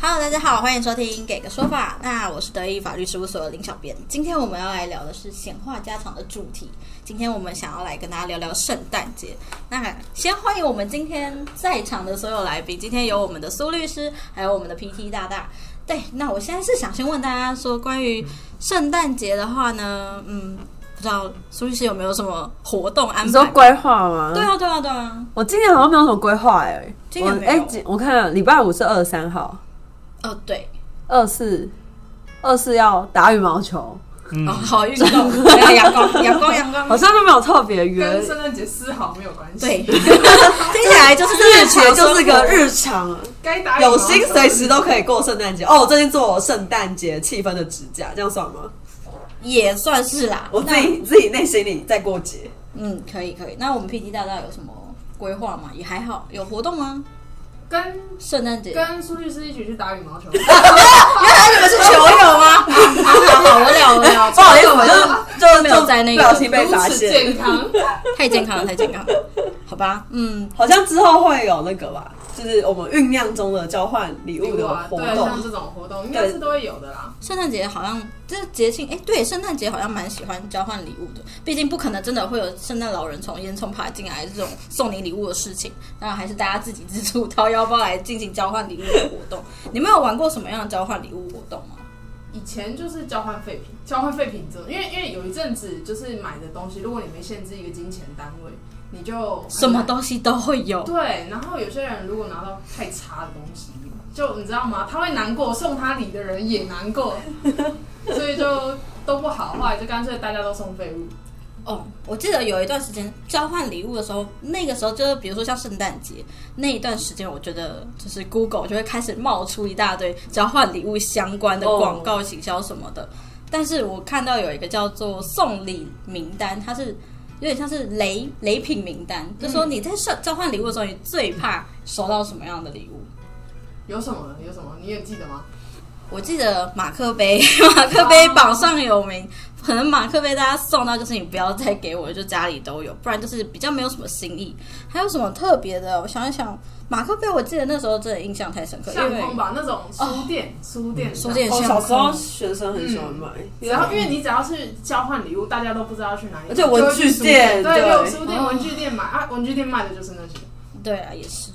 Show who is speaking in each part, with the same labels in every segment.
Speaker 1: Hello，大家好，欢迎收听《给个说法》。那我是德意法律事务所的林小编。今天我们要来聊的是闲话家常的主题。今天我们想要来跟大家聊聊圣诞节。那先欢迎我们今天在场的所有来宾。今天有我们的苏律师，还有我们的 PT 大大。对，那我现在是想先问大家说，关于圣诞节的话呢，嗯，不知道苏律师有没有什么活动安
Speaker 2: 你
Speaker 1: 排
Speaker 2: 说？规划吗？
Speaker 1: 对，啊，对啊，对啊。
Speaker 2: 我今年好像没有什么规划
Speaker 3: 欸
Speaker 2: 哎。
Speaker 1: 今年
Speaker 2: 我
Speaker 1: 没有
Speaker 2: 哎、今我看礼拜五是二三号，
Speaker 1: 哦，对，
Speaker 2: 二四二四要打羽毛球，
Speaker 1: 哦，
Speaker 2: 嗯
Speaker 1: 好运 动，对阳光，阳光，阳光，
Speaker 2: 好像都没有特别约
Speaker 4: 跟，圣诞节丝毫没有关系。
Speaker 1: 对，，听起来就是日
Speaker 2: 日节就是个日常，
Speaker 4: 该打
Speaker 3: 有心随时都可以过圣诞节。哦，我最近做我圣诞节气氛的指甲，这样算吗？
Speaker 1: 也算是啦。
Speaker 3: 我自己自己内心里在过节。
Speaker 1: 嗯，可以可以。那我们 PT 大大有什么规划吗？也还好，有活动吗？
Speaker 4: 跟
Speaker 1: 圣诞节？
Speaker 4: 跟苏律师一起去打羽毛球。
Speaker 3: 那你们是球友吗？
Speaker 1: 好好好，我聊我聊，
Speaker 3: 不好意思，我就就
Speaker 1: 没有
Speaker 3: 就
Speaker 1: 在那
Speaker 3: 不
Speaker 1: 个
Speaker 3: 小心 被
Speaker 4: 如
Speaker 3: 发
Speaker 4: 此
Speaker 3: 现。
Speaker 4: 健康，啊
Speaker 1: 太健康了，太健康 了。好吧，嗯，
Speaker 3: 好像之后会有那个吧，就是我们酝酿中的交换礼物的
Speaker 4: 哇
Speaker 3: 活
Speaker 4: 对，啊像
Speaker 3: 动。
Speaker 4: 这种活动应该是都会有的啦。
Speaker 1: 圣诞节好像这节庆，哎、对，圣诞节好像蛮喜欢交换礼物的，毕竟不可能真的会有圣诞老人从烟囱爬进来这种送你礼物的事情，当然还是大家自己自助 掏腰包来进行交换礼物的活动。你们有玩过什么样的交换礼物活动吗？
Speaker 4: 以前就是交换废品，交换废品这种，因为因为有一阵子就是买的东西，如果你没限制一个金钱单位，你就
Speaker 1: 什么东西都会有，
Speaker 4: 对。啊然后有些人如果拿到太差的东西，就你知道吗？他会难过，送他礼的人也难 过，所以就都不好。后来就干脆大家都送废物。
Speaker 1: 哦，我记得有一段时间交换礼物的时候，那个时候就是比如说像圣诞节那一段时间，我觉得就是 Google 就会开始冒出一大堆交换礼物相关的
Speaker 3: 哦
Speaker 1: 广告、行销什么的。但是我看到有一个叫做送礼名单，它是有点像是雷雷品名单，就说你在上交换礼物的时候，你最怕收到什么样的礼物？
Speaker 4: 有什么？有什么？你也记得吗？
Speaker 1: 我记得马克 杯，马克杯
Speaker 3: 哦
Speaker 1: 榜上有名。可能马克杯大家送到就是你不要再给我，就家里都有，不然就是比较没有什么新意。还有什么特别的？我想一想，马克杯我记得那时候真的印象太深刻，因
Speaker 4: 相
Speaker 1: 为
Speaker 4: 空吧，那种书店，书店，
Speaker 1: 书店
Speaker 3: 哦，
Speaker 1: 相
Speaker 3: 小时候
Speaker 1: 框。
Speaker 3: 学生很喜欢买，
Speaker 4: 然后因为你只要是交换礼物，大家都不知道去哪里，
Speaker 3: 而且文具店
Speaker 4: 就会去书对，
Speaker 3: 对
Speaker 4: 有书店、
Speaker 1: 哦
Speaker 4: 文具店买啊，文具店卖的就是那些。
Speaker 1: 对啊，也是。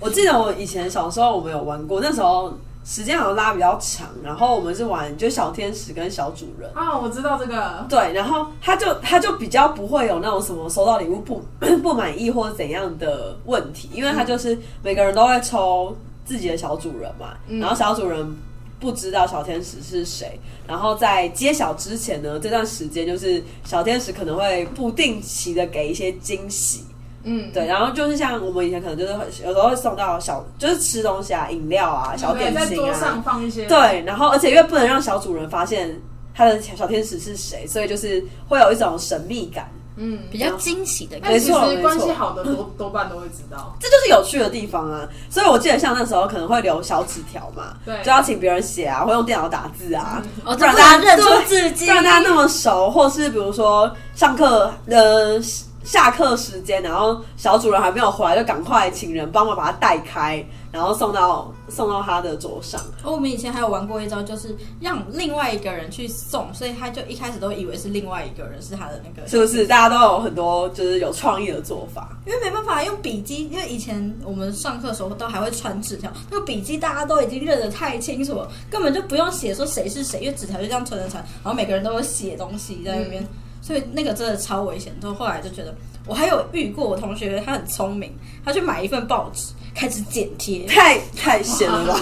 Speaker 3: 我记得我以前小时候我们有玩过，那时候时间好像拉比较长，然后我们是玩就小天使跟小主人。
Speaker 4: 啊，我知道这个，
Speaker 3: 对，然后他就他就比较不会有那种什么收到礼物不不满意或怎样的问题，因为他就是每个人都会抽自己的小主人嘛，
Speaker 4: 嗯
Speaker 3: 然后小主人不知道小天使是谁，然后在揭晓之前呢，这段时间就是小天使可能会不定期的给一些惊喜。
Speaker 4: 嗯，
Speaker 3: 对，然后就是像我们以前可能就是会有时候会送到小，就是吃东西啊、饮料啊、小点
Speaker 4: 嗯对，
Speaker 3: 心啊，
Speaker 4: 在桌上放一些，，
Speaker 3: 对，然后而且因为不能让小主人发现他的小天使是谁，所以就是会有一种神秘感，
Speaker 4: 嗯，
Speaker 1: 比较惊喜的感
Speaker 4: 但
Speaker 3: 没
Speaker 1: 觉。
Speaker 4: 其
Speaker 3: 错
Speaker 4: 实
Speaker 3: 没
Speaker 4: 关
Speaker 3: 错
Speaker 4: 系好的多多半都会知道，
Speaker 3: 这就是有趣的地方啊。所以我记得像那时候可能会留小纸条嘛，
Speaker 4: 对
Speaker 3: 就要请别人写啊，或用电脑打字 啊，
Speaker 1: 哦，
Speaker 3: 不
Speaker 1: 这
Speaker 3: 然
Speaker 1: 不
Speaker 3: 大
Speaker 1: 能
Speaker 3: 家
Speaker 1: 认出
Speaker 3: 对
Speaker 1: 自己
Speaker 3: 不。然 大家那么熟，或是比如说上课呃下课时间，然后小主人还没有回来，就赶快请人帮忙把它带开，然后送到送到他的桌上。
Speaker 1: 哦我们以前还有玩过一招，就是让另外一个人去送，所以他就一开始都以为是另外一个人是他的那个
Speaker 3: 是不是大家都有很多就是有创意的做法？
Speaker 1: 因为没办法用笔记，因为以前我们上课的时候都还会传纸条，那个笔记大家都已经认得太清楚了，根本就不用写说谁是谁，因为纸条就这样传传传，然后每个人都有写东西在那边，
Speaker 3: 嗯
Speaker 1: 所以那个真的超危险。之后后来就觉得，我还有遇过我同学，他很聪明，他去买一份报纸开始剪贴，
Speaker 3: 太太闲了 吧？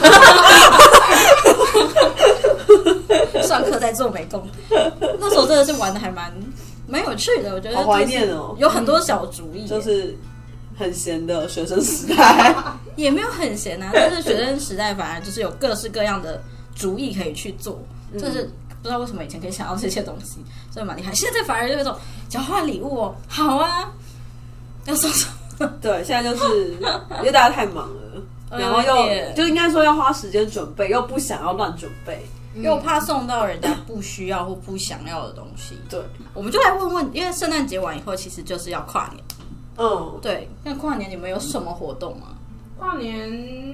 Speaker 1: 上课在做美工，那时候真的是玩的还蛮蛮有趣的，我觉得、
Speaker 3: 好怀念哦
Speaker 1: 有很多小主意耶，
Speaker 3: 就是很闲的学生时 代。
Speaker 1: 也没有很闲啊，但是学生时代反而就是有各式各样的主意可以去做，就是不知道为什么以前可以想到这些东西，真的蛮厉害。现在反而有一种交换礼物哦，好啊，要送什么？
Speaker 3: 对，现在就是因为 大家太忙了，
Speaker 1: 嗯
Speaker 3: 然后
Speaker 1: 有
Speaker 3: 又
Speaker 1: 点
Speaker 3: 就应该说要花时间准备，又不想要乱准备，
Speaker 1: 因为我怕送到人家不需要或不想要的东西。
Speaker 3: 对，
Speaker 1: 我们就来问问，因为圣诞节完以后其实就是要跨年。
Speaker 3: 嗯，
Speaker 1: 对，那跨年你们有什么活动吗？
Speaker 4: 跨年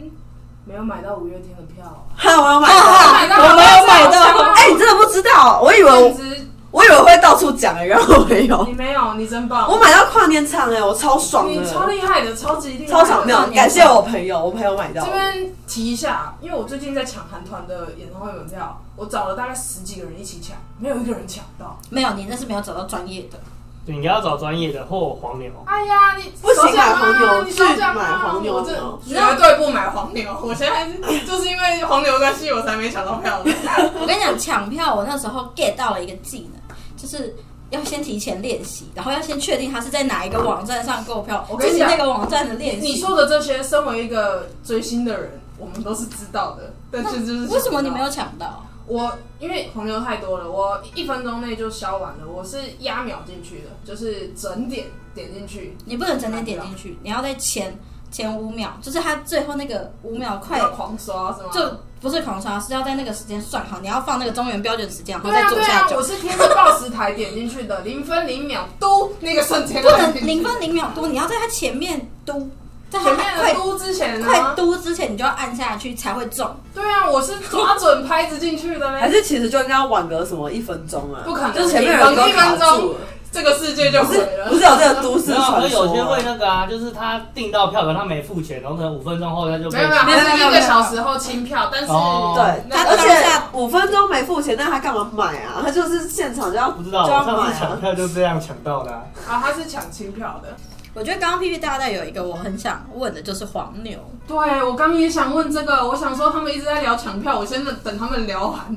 Speaker 4: 没有买到五月天的票啊，
Speaker 3: 哈， 我有买
Speaker 4: 我嗯
Speaker 3: 到，
Speaker 4: 买
Speaker 3: 我没有买到。
Speaker 4: 到，
Speaker 3: 哎、你真的不知道？我以
Speaker 4: 简
Speaker 3: 为
Speaker 4: 直
Speaker 3: 我以为会到处讲，原来我没有。
Speaker 4: 你没有，你真棒，
Speaker 3: 我买到跨年场哎、我超爽
Speaker 4: 你
Speaker 3: 的，
Speaker 4: 超厉害的，超级厉害的，
Speaker 3: 超爽没有
Speaker 1: 年，
Speaker 3: 感谢我朋友，我朋友买到
Speaker 4: 这。边提一下，因为我最近在抢韩团的演唱会门票，我找了大概十几个人一起抢，没有一个人抢到。
Speaker 1: 没有，你那是没有找到专业的。
Speaker 5: 对，你要找专业的或黄牛。
Speaker 4: 哎呀，你
Speaker 3: 不行啊
Speaker 4: 少讲
Speaker 3: 黄牛
Speaker 4: 你少讲
Speaker 3: 去买
Speaker 4: 啊！
Speaker 3: 黄牛
Speaker 4: 我这
Speaker 3: 牛
Speaker 4: 绝对不买黄牛。我现在就是因为黄牛的关系，我才没抢到票的。
Speaker 1: 我跟你讲，抢票我那时候 get 到了一个技能，就是要先提前练习，然后要先确定他是在哪一个网站上购票，
Speaker 4: 我跟你
Speaker 1: 进行
Speaker 4: 讲
Speaker 1: 那个网站的练习。
Speaker 4: 你说的这些，身为一个追星的人，我们都是知道的，但是就是
Speaker 1: 为什么你没有抢到？
Speaker 4: 我因为黄牛太多了，我一分钟内就消完了。我是压秒进去的，就是整点点进去，
Speaker 1: 你不能整点点进去，你要在前前五秒，就是他最后那个五秒快，
Speaker 4: 要狂刷是吗？
Speaker 1: 就不是狂刷，是要在那个时间算好，你要放那个中原标准时间，然后
Speaker 4: 对
Speaker 1: 在
Speaker 4: 啊
Speaker 1: 左
Speaker 4: 对
Speaker 1: 下
Speaker 4: 啊，
Speaker 1: 角
Speaker 4: 我，是贴着报时台点进去的，零分零秒嘟那个瞬 间
Speaker 1: 不能啊
Speaker 4: 点进去
Speaker 1: 零分零秒多，你要在他前面嘟，在他
Speaker 4: 前面
Speaker 1: 快
Speaker 4: 的嘟之前
Speaker 1: 快
Speaker 4: 呢？
Speaker 1: 嘟之前，你就要按下去才会中。
Speaker 4: 对啊，我是抓准拍子进去的
Speaker 3: 还
Speaker 4: 嘞。
Speaker 3: 是其实就应该晚个什么一分钟啊？
Speaker 4: 不可能
Speaker 3: 就是前面人都卡住了，
Speaker 4: 这个世界就毁了
Speaker 3: 不是。有这个都市
Speaker 5: 然后
Speaker 3: 传
Speaker 5: 有些
Speaker 3: 说
Speaker 5: 会
Speaker 3: 啊？
Speaker 5: 那个啊，就是他订到票，可能他没付钱，然后可能五分钟后他就
Speaker 4: 没有没有，
Speaker 5: 有，
Speaker 4: 它是一个小时后清票，但是
Speaker 5: 哦
Speaker 3: 对，
Speaker 4: 那
Speaker 3: 而
Speaker 1: 当下
Speaker 3: 且五分钟没付钱，那他干嘛买啊？他就是现场就要
Speaker 5: 不知道，
Speaker 3: 就
Speaker 5: 我
Speaker 3: 要
Speaker 5: 上
Speaker 3: 买
Speaker 5: 次抢
Speaker 3: 啊。
Speaker 5: 票就这样抢到的啊、
Speaker 4: 啊，它是抢清票的。
Speaker 1: 我觉得刚刚 P P 大大有一个我很想问的，就是黄牛。
Speaker 4: 对，我刚刚也想问这个，我想说他们一直在聊抢票，我先等他们聊完。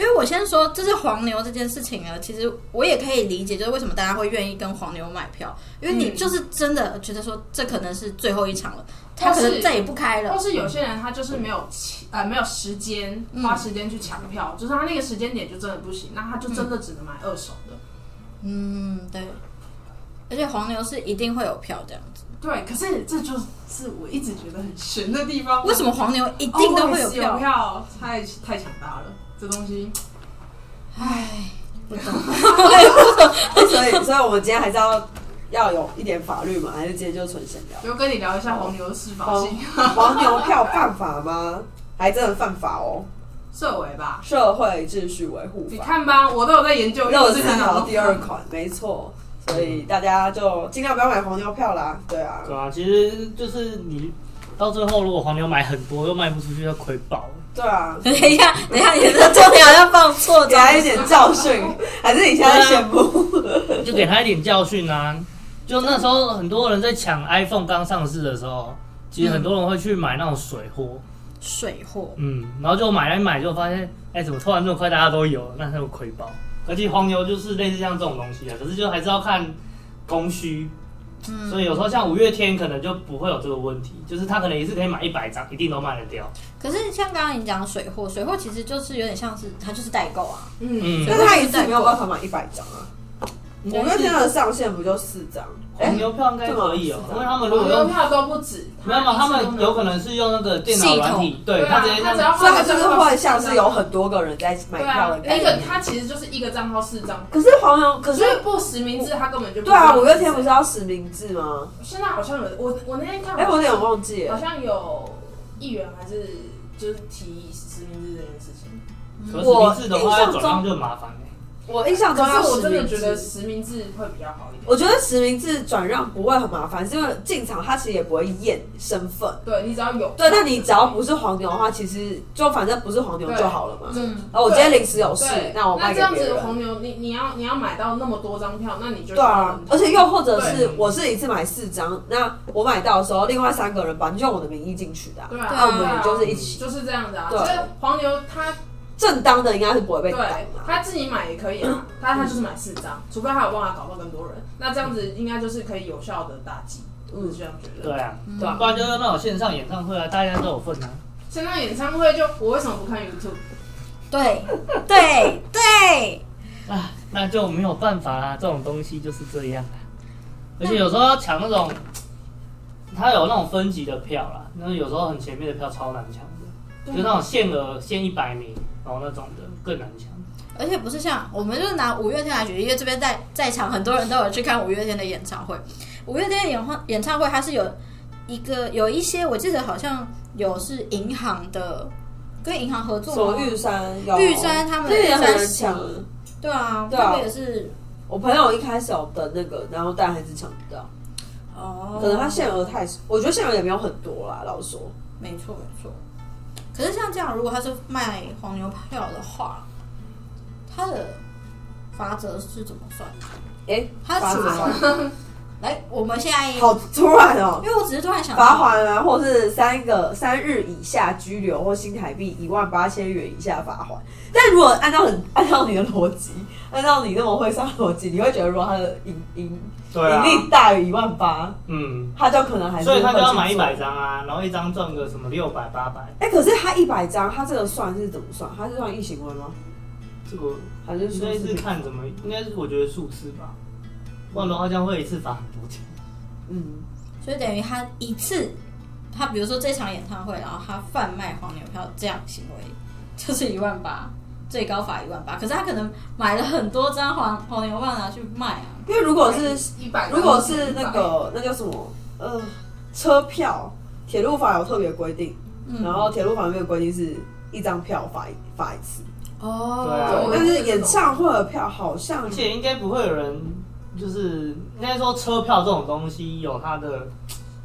Speaker 1: 因为我先说，就是黄牛这件事情呢，其实我也可以理解，就是为什么大家会愿意跟黄牛买票，因为你
Speaker 4: 嗯
Speaker 1: 就是真的觉得说这可能是最后一场了，他可
Speaker 4: 或
Speaker 1: 能
Speaker 4: 是
Speaker 1: 再也不开
Speaker 4: 或
Speaker 1: 了。
Speaker 4: 嗯是有些人他就是没有钱呃没有时间
Speaker 1: 嗯
Speaker 4: 花时间去抢票，就是他那个时间点就真的不行，那他就真的只能买二手的。
Speaker 1: 嗯，对。而且黄牛是一定会有票这样子，
Speaker 4: 对，可是这就是我一直觉得很悬的地方。哦
Speaker 1: 为什么黄牛一定都会有
Speaker 4: 有
Speaker 1: 票？
Speaker 4: 票？太太强大了，这东西。
Speaker 1: 唉，不懂。
Speaker 3: 所以，所以我们今天还是要要有一点法律嘛，还是今天就纯闲聊？
Speaker 4: 就跟你聊一下黄牛的施法性，
Speaker 3: 呃 黄牛票犯法 吗？还真的犯法哦，
Speaker 4: 社委吧。
Speaker 3: 社会秩序维护
Speaker 4: 你
Speaker 3: 法。
Speaker 4: 看吧，我都有在研究，
Speaker 3: 六
Speaker 4: 是
Speaker 3: 十
Speaker 4: 很
Speaker 3: 条
Speaker 4: 好
Speaker 3: 第二款，没错。所以大家就尽量不要买黄牛票啦，对啊。
Speaker 4: 嗯
Speaker 5: 对啊，其实就是你到最后，如果黄牛买很多又卖不出去，就亏爆了。
Speaker 3: 对啊，
Speaker 4: 嗯
Speaker 1: 等一下，等一下，你的重点好像放 错
Speaker 3: 给
Speaker 1: 了。
Speaker 3: 他一点教训，还是你现在宣布？
Speaker 4: 嗯
Speaker 5: 就给他一点教训啊！就那时候很多人在抢 iPhone 刚上市的时候，其实很多人会去买那种水货，
Speaker 1: 水货，
Speaker 5: 嗯，然后就买来买，就发现，哎、怎么突然这么快大家都有了？那他就亏爆。而且黄牛就是类似像这种东西啊，可是就还是要看供需，
Speaker 1: 嗯
Speaker 5: 所以有时候像五月天可能就不会有这个问题，就是他可能也是可以买一百张，一定都卖得掉。
Speaker 1: 可是像刚刚你讲水货，水货其实就是有点像是它就是代购啊，
Speaker 4: 嗯，
Speaker 5: 嗯，
Speaker 3: 但是他一次没有办法买一百张啊。
Speaker 5: 应
Speaker 3: 我
Speaker 5: 该
Speaker 3: 那
Speaker 5: 是
Speaker 3: 天的上限不就四张？哎
Speaker 5: 黄牛票应该可以哦、
Speaker 3: 这么好
Speaker 5: 因为他们如
Speaker 4: 黄
Speaker 5: 果
Speaker 4: 牛
Speaker 5: 用
Speaker 4: 票都不止，
Speaker 5: 没有嘛，他们有可能是用那个电脑软
Speaker 1: 系
Speaker 5: 体，对
Speaker 4: 对
Speaker 5: 他
Speaker 4: 啊
Speaker 5: 直接
Speaker 4: 他只
Speaker 5: 用
Speaker 4: 要
Speaker 3: 所以
Speaker 4: 换
Speaker 3: 他就是会像是有
Speaker 4: 很
Speaker 3: 很多个人在买
Speaker 4: 对
Speaker 3: 票
Speaker 4: 啊
Speaker 3: 的，概
Speaker 4: 那个
Speaker 3: 念。
Speaker 4: 他其实就是一个账号四张，
Speaker 3: 可是黄牛，可
Speaker 4: 可
Speaker 3: 是
Speaker 4: 是不实名制他根本就不
Speaker 3: 对啊，
Speaker 4: 知道
Speaker 3: 五月天不是
Speaker 4: 谁
Speaker 3: 要实名制吗？
Speaker 4: 现在好像有我我那天看，
Speaker 3: 哎，我有点忘记
Speaker 4: 好
Speaker 3: 了。
Speaker 4: 像有议员还是就是提实名制这件事情，
Speaker 5: 可是名字的话要转让就麻烦了、欸
Speaker 3: 我印象中
Speaker 4: 啊可
Speaker 3: 要
Speaker 4: 是我
Speaker 3: 实
Speaker 4: 真的
Speaker 3: 名
Speaker 4: 觉得
Speaker 3: 制。
Speaker 4: 实名制会比较好一点。
Speaker 3: 我觉得实名制转让不会很麻烦，是因为进场他其实也不会验身份。
Speaker 4: 对你只要有
Speaker 3: 对，那你只要不是黄牛的话，其实就反正不是黄牛就好了嘛。哦
Speaker 4: 嗯，
Speaker 3: 然后我今天临时有事
Speaker 4: 对，，
Speaker 3: 那我卖
Speaker 4: 这
Speaker 3: 给
Speaker 4: 样
Speaker 3: 别
Speaker 4: 子
Speaker 3: 人。
Speaker 4: 黄牛，你你要你要买到那么多张票，那你就
Speaker 3: 对啊，而且又或者是
Speaker 5: 对
Speaker 3: 我是一次买四张，那我买到的时候，另外三个人吧，你就用我的名义进去的啊、
Speaker 4: 对
Speaker 1: 对
Speaker 4: 啊，
Speaker 1: 啊
Speaker 3: 那我们就是一起
Speaker 4: 就是这样子啊。
Speaker 3: 对
Speaker 4: 这个黄牛他
Speaker 3: 正当的应该是不会被挡
Speaker 4: 对
Speaker 3: 的啊。
Speaker 4: 他自己买也可以 啊，他他就是买四张，除非他有办法搞到更多人，那这样子应该就是可以有效的打击，我是这样觉得。
Speaker 5: 对啊，
Speaker 3: 对啊
Speaker 5: 不然就是那种线上演唱会啊，大家都有份啊。
Speaker 4: 现在演唱会就我为什么不看 YouTube？
Speaker 1: 对对对，
Speaker 5: 啊，那就没有办法啦、这种东西就是这样啊。而且有时候要抢那种，它有那种分级的票啦，那有时候很前面的票超难抢的。就那种限额限一百名，然后那种的更难抢。
Speaker 1: 而且不是像我们就是拿五月天来举例，因为这边在在场很多人都有去看五月天的演唱会。五月天的演唱演唱会，它是有一个有一些，我记得好像有是银行的，跟银行合作
Speaker 3: 什
Speaker 1: 吗
Speaker 3: 么玉山有
Speaker 1: 啊玉山他们
Speaker 3: 这也很
Speaker 1: 玉山
Speaker 3: 难
Speaker 1: 喜
Speaker 3: 抢。
Speaker 1: 对啊，
Speaker 3: 对啊
Speaker 1: 他们也是
Speaker 3: 我朋友一开始有等那个，然后但还是抢不到，
Speaker 1: 哦，
Speaker 3: 可能他限额太少，我觉得限额也没有很多啦，老实说。
Speaker 1: 没错没错。可是像这样，如果他是卖黄牛票的话，他的罚则是怎么算？
Speaker 3: 哎，
Speaker 1: 他
Speaker 3: 罚
Speaker 1: 处
Speaker 3: 怎么
Speaker 1: 罚
Speaker 3: 算？
Speaker 1: 来，我们现在
Speaker 3: 好突然哦
Speaker 1: 因！为我只是突然想到
Speaker 3: 罚款啊，或是三个三日以下拘留或新台币一万八千元以下罚款。但如果按照很按照你的逻辑，按照你那么会算逻辑，你会觉得如果他的盈盈
Speaker 5: 对
Speaker 3: 盈
Speaker 5: 啊，
Speaker 3: 利大于一万八，
Speaker 5: 嗯，
Speaker 3: 他就可能还是
Speaker 5: 所以他就要买
Speaker 3: 会去
Speaker 5: 一
Speaker 3: 做
Speaker 5: 百。张啊，然后一张赚个什么六百八百，
Speaker 3: 哎、可是他一百张，他这个算是怎么算？他是算一行为吗？
Speaker 5: 这个
Speaker 3: 还是
Speaker 5: 应
Speaker 3: 说
Speaker 5: 该是
Speaker 3: 是
Speaker 5: 看怎么，应该是我觉得数次吧，不然的话这样会一次罚很多钱。
Speaker 3: 嗯，
Speaker 1: 所以等于他一次，他比如说这场演唱会，然后他贩卖黄牛票这样行为，就是一万八，最高罚一万八。可是他可能买了很多张黄黄牛票拿去卖啊，
Speaker 3: 因为如果是
Speaker 4: 一百，
Speaker 3: 如果是那 个那叫什么呃车票，铁路法有特别规定，
Speaker 5: 嗯
Speaker 1: 嗯
Speaker 3: 然后铁路法没有规定是一张票罚一罚一次，
Speaker 5: 对
Speaker 1: 哦
Speaker 5: 啊
Speaker 4: 我
Speaker 3: 但是演唱会的票好像
Speaker 5: 而且应该不会有人，就是应该说车票这种东西有它的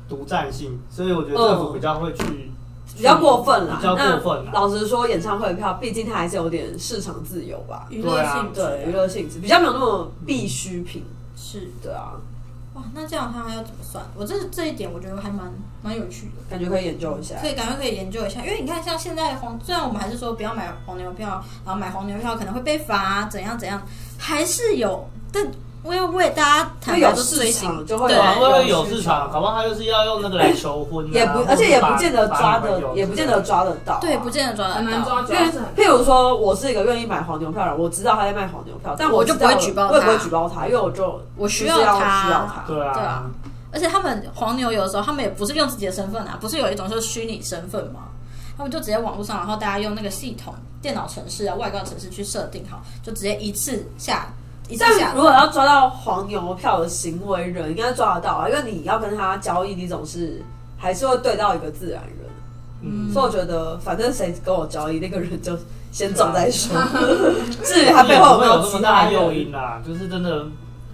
Speaker 5: 独占性，所以我觉得政府比较会去、
Speaker 3: 嗯比较过分啦。
Speaker 5: 比较过分
Speaker 3: 那
Speaker 5: 啦。
Speaker 3: 老实说，演唱会的票毕竟它还是有点市场自由吧，
Speaker 1: 娱乐性
Speaker 5: 啊
Speaker 1: 质、
Speaker 3: 对娱乐性质比较没有那么必需品。
Speaker 1: 是
Speaker 3: 对啊，
Speaker 1: 哇，那这样他还要怎么算？我这这一点我觉得还蛮蛮有趣的。
Speaker 3: 感觉可以研究一下。
Speaker 5: 嗯
Speaker 1: 可以，赶快可以研究一下，因为你看，像现在黄，虽然我们还是说不要买黄牛票，然后买黄牛票可能会被罚、怎样怎样，还是有，但因为为大家坦
Speaker 3: 会
Speaker 1: 白
Speaker 3: 有
Speaker 1: 说
Speaker 3: 市
Speaker 1: 追星
Speaker 3: 场，就会
Speaker 5: 对啊，
Speaker 1: 对
Speaker 5: 会有市场，搞不好他就是要用那个来求婚、啊，
Speaker 3: 也不，而且也不见得抓的，也不见得抓
Speaker 5: 抓。
Speaker 3: 得到啊。
Speaker 1: 对，不见得抓得到，
Speaker 4: 很难抓，主
Speaker 3: 因
Speaker 4: 要是
Speaker 3: 为
Speaker 4: 很
Speaker 3: 譬如说，我是一个愿意买黄牛票的人，我知道他在卖黄牛票，但
Speaker 1: 我
Speaker 3: 知
Speaker 1: 就
Speaker 3: 道
Speaker 1: 不会举报
Speaker 3: 我也不会
Speaker 1: 他
Speaker 3: 举报他，因为我就
Speaker 1: 我需
Speaker 3: 就
Speaker 1: 要
Speaker 3: 是要
Speaker 1: 他
Speaker 3: 需要他。
Speaker 5: 对啊，
Speaker 1: 对啊而且他们黄牛有的时候，他们也不是用自己的身份啊，不是有一种就是虚拟身份吗？他们就直接网络上，然后大家用那个系统、电脑程式啊、外挂程式去设定好，就直接一次下一次下
Speaker 3: 但。如果要抓到黄牛票的行为人，应该抓得到啊，因为你要跟他交易，你总是还是会对到一个自然人。
Speaker 5: 嗯，
Speaker 3: 所以我觉得，反正谁跟我交易，那个人就先走 再说。至于他背后有
Speaker 5: 会
Speaker 3: 没
Speaker 5: 有
Speaker 3: 有
Speaker 5: 这
Speaker 3: 其
Speaker 5: 么
Speaker 3: 他
Speaker 5: 大
Speaker 3: 人
Speaker 5: 的诱因啊？就是真的，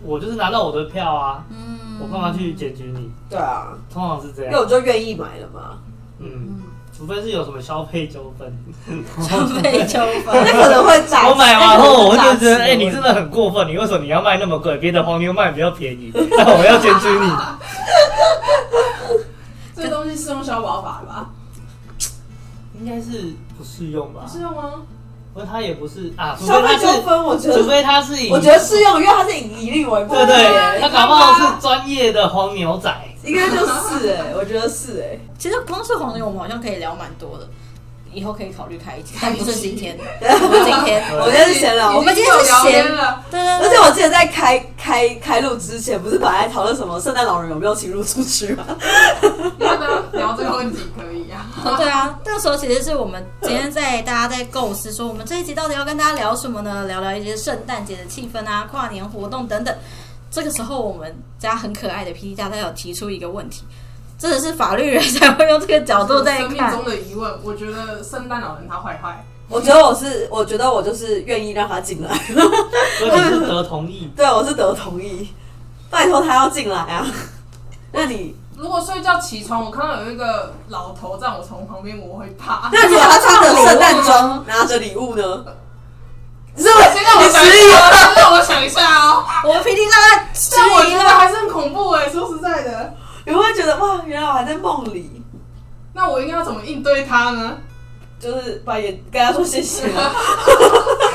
Speaker 5: 我就是拿到我的票啊，
Speaker 1: 嗯
Speaker 5: 我 干嘛去检举你？
Speaker 3: 对啊，
Speaker 5: 通常是这
Speaker 3: 因为我
Speaker 5: 样，
Speaker 3: 就愿意买了嘛。
Speaker 5: 嗯，除非是有什么消费纠纷，
Speaker 1: 消费纠
Speaker 3: 那
Speaker 1: 纷？
Speaker 3: 可能会炸。
Speaker 5: 我买完后，我就觉得，
Speaker 3: 那可能会炸
Speaker 5: 哎、
Speaker 3: 起
Speaker 5: 你真的很过分，你为什么你要卖那么贵？别的黄牛卖比较便宜，那我要检举你。
Speaker 4: 这东西适用消保法的吧？
Speaker 5: 应该是不适用吧？
Speaker 4: 适用吗？
Speaker 5: 因为他也不是啊，除
Speaker 3: 消
Speaker 5: 非
Speaker 3: 费
Speaker 5: 他
Speaker 3: 纠
Speaker 5: 是，
Speaker 3: 纷，我觉
Speaker 5: 除
Speaker 3: 得
Speaker 5: 非他是以，
Speaker 3: 我觉得适用，因为他是以以利为目
Speaker 5: 对
Speaker 3: 的。
Speaker 5: 对，他啊搞不好是专业的黄牛仔。
Speaker 3: 应该就是哎、我觉得是哎、
Speaker 1: 其实光是黄牛，我们好像可以聊蛮多的，以后可以考虑开一集，但不是今天，不是今天。
Speaker 3: 我今天是闲聊，
Speaker 1: 我们今天是
Speaker 4: 已经有聊
Speaker 1: 闲
Speaker 4: 天了，
Speaker 1: 对对
Speaker 3: 而
Speaker 1: 对
Speaker 3: 且我记得在开开开录之前，不是本来讨论什么圣诞老人有没有侵入出去吗？
Speaker 4: 要不要聊这个问题可以啊？
Speaker 1: 哦对啊，那时候其实是我们今天在大家在构思说，我们这一集到底要跟大家聊什么呢？聊聊一些圣诞节的气氛啊，跨年活动等等。这个时候，我们家很可爱的 P D 大他有提出一个问题，真的是法律人才会用这个角度在
Speaker 4: 生命
Speaker 1: 看
Speaker 4: 中。的疑问，我觉得圣诞老人他坏坏，
Speaker 3: 我觉得我是，我觉得我就是愿意让他进来，
Speaker 5: 所以你是得同 意，
Speaker 3: 对我是得同意，拜托他要进来啊。那你，
Speaker 4: 如果睡觉起床，我看到有一个老头站我床旁边，我会怕。
Speaker 3: 那如果他穿着圣诞装，拿着礼物呢？你是不 是
Speaker 4: 先让我
Speaker 3: 你
Speaker 4: 想
Speaker 3: 失
Speaker 4: 一
Speaker 3: 忆
Speaker 4: 下，
Speaker 3: 了？
Speaker 4: 先让我想一下哦。
Speaker 1: 我们 P D 大他质
Speaker 4: 但我
Speaker 1: 疑
Speaker 4: 觉得
Speaker 1: 了，
Speaker 4: 还是很恐怖哎，说实在的，
Speaker 3: 你会不会觉得哇，原来我还在梦里，
Speaker 4: 那我应该要怎么应对他呢？
Speaker 3: 就是把眼跟他说谢谢啊。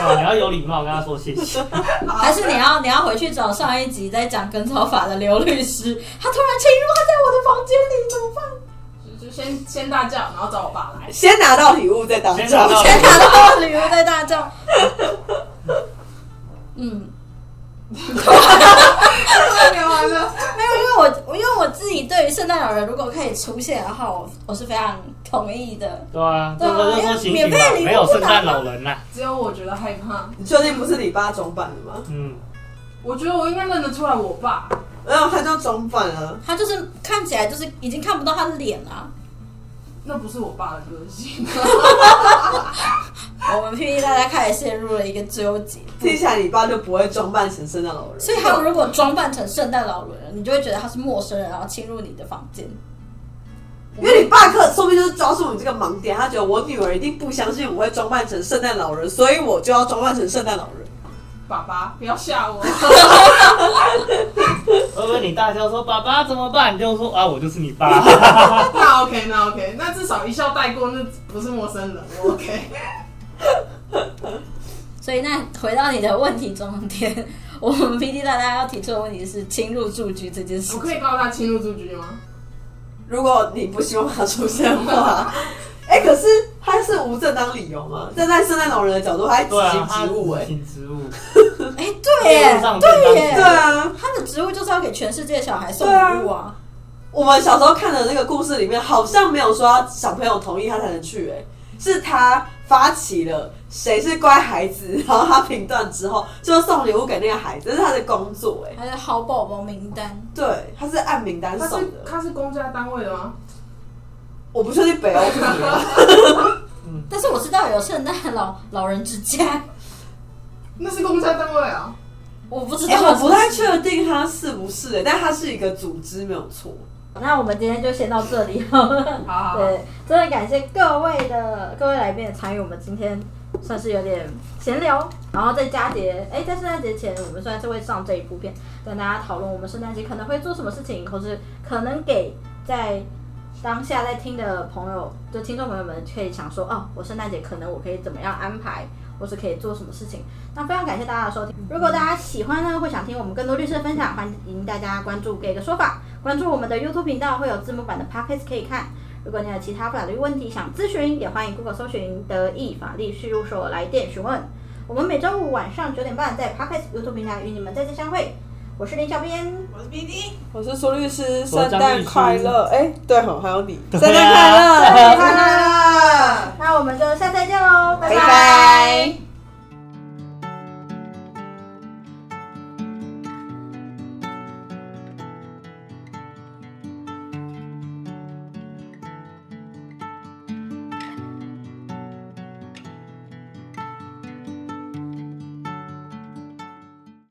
Speaker 5: 啊，你要有礼貌跟他说谢 谢。
Speaker 1: 还是你要你要回去找上一集在讲跟草法的刘律师，他突然侵入，他在我的房间里，怎么办？
Speaker 4: 就就先先大叫，然后找我爸 来。
Speaker 3: 先拿到礼物再当
Speaker 5: 先
Speaker 3: 照
Speaker 5: 拿到
Speaker 1: 全卡都旅游在大叫。嗯，
Speaker 4: 聊完了，啊
Speaker 1: 没有，因为我因为我自己对于圣诞老人如果可以出现的话，我我是非常同意的。
Speaker 5: 对啊，
Speaker 1: 对
Speaker 5: 这
Speaker 1: 啊
Speaker 5: 个就说醒
Speaker 1: 因为免
Speaker 5: 醒
Speaker 1: 费
Speaker 5: 吧，
Speaker 1: 礼物
Speaker 5: 没有
Speaker 1: 不
Speaker 5: 圣诞
Speaker 1: 拿
Speaker 5: 老人啦。
Speaker 4: 只有我觉得害怕。
Speaker 3: 你确定不是你爸装扮的吗？
Speaker 5: 嗯，
Speaker 4: 我觉得我应该认得出来我爸，
Speaker 3: 没有，他叫装扮啊。
Speaker 1: 他就是看起来就是已经看不到他的脸啊了。
Speaker 4: 那不是我爸的个性。
Speaker 1: 我们 P P 大家开始陷入了一个纠结，
Speaker 3: 听起来你爸就不会装扮成圣诞老人。
Speaker 1: 所以他们如果装扮成圣诞老人，你就会觉得他是陌生人，然后侵入你的房间。
Speaker 3: 因为你爸可说不定就是抓住你这个盲点，他觉得我女儿一定不相信我会装扮成圣诞老人，所以我就要装扮成圣诞老人。
Speaker 4: 爸爸，不要吓 我。
Speaker 5: 会不会你大叫说爸爸怎么办？你就说啊，我就是你爸。
Speaker 4: 那 OK，那 OK，那至少一笑带过，那不是陌生人。我 OK，
Speaker 1: 所以那回到你的问题中间，我们 P D 大家要提出的问题是侵入住居这件事情。
Speaker 4: 我可以告诉他侵入住居吗？
Speaker 3: 如果你不希望他出现的话，哎、可是他是无正当理由吗？站在圣诞老人的角度，他 还执
Speaker 5: 对啊，
Speaker 3: 行职务哎、
Speaker 5: 行植物，
Speaker 1: 哎、对耶
Speaker 5: 路上，
Speaker 1: 对
Speaker 5: 便
Speaker 1: 耶，
Speaker 3: 对啊，
Speaker 1: 他的职务就是要给全世界的小孩送礼物
Speaker 3: 对
Speaker 1: 啊。
Speaker 3: 我们小时候看的那个故事里面，好像没有说要小朋友同意他才能去、哎，是他发起了谁是乖孩子，然后他评断之后就送礼物给那个孩子，这是他的工作、哎，
Speaker 1: 还是好宝宝名单，
Speaker 3: 对，他是按名单
Speaker 4: 他
Speaker 3: 送
Speaker 4: 是
Speaker 3: 的。
Speaker 4: 他是公家单位的吗？
Speaker 3: 我不确定北欧是 什么，
Speaker 1: 但是我知道有圣诞老老人之家，
Speaker 4: 那是公家单位啊。
Speaker 1: 我不知
Speaker 3: 哎、
Speaker 1: 道。
Speaker 3: 我不太确定它是不是、欸但它是一个组织没有错。
Speaker 1: 那我们今天就先到这里好了。
Speaker 4: 好好好，
Speaker 1: 对，真的感谢各位的各位来宾的参与，我们今天算是有点闲聊，然后在佳节，哎，在圣诞节前，我们虽然是会上这一部片，跟大家讨论我们圣诞节可能会做什么事情，或是可能给在当下在听的朋友，就听众朋友们可以想说，哦，我圣诞节可能我可以怎么样安排，或是可以做什么事情。那非常感谢大家的收听。如果大家喜欢呢，或想听我们更多律师的分享，欢迎大家关注“给个说法”，关注我们的 YouTube 频道，会有字幕版的 Podcast 可以看。如果你有其他法律问题想咨询，也欢迎 Google 搜寻“德意法律事务所”来电询问。我们每周五晚上九点半在 Podcast YouTube 平台与你们再次相会。我是林小编，
Speaker 4: 我是 BD，
Speaker 3: 我是苏律师，
Speaker 5: 我
Speaker 3: 圣
Speaker 5: 是张律
Speaker 3: 诞
Speaker 5: 师
Speaker 3: 快乐！哎、对哦，还有 你，圣诞
Speaker 5: 对啊
Speaker 3: 快乐，
Speaker 1: 快乐
Speaker 3: 乐，
Speaker 1: 那我们就下次再见喽，
Speaker 3: 拜
Speaker 1: 拜
Speaker 3: 拜。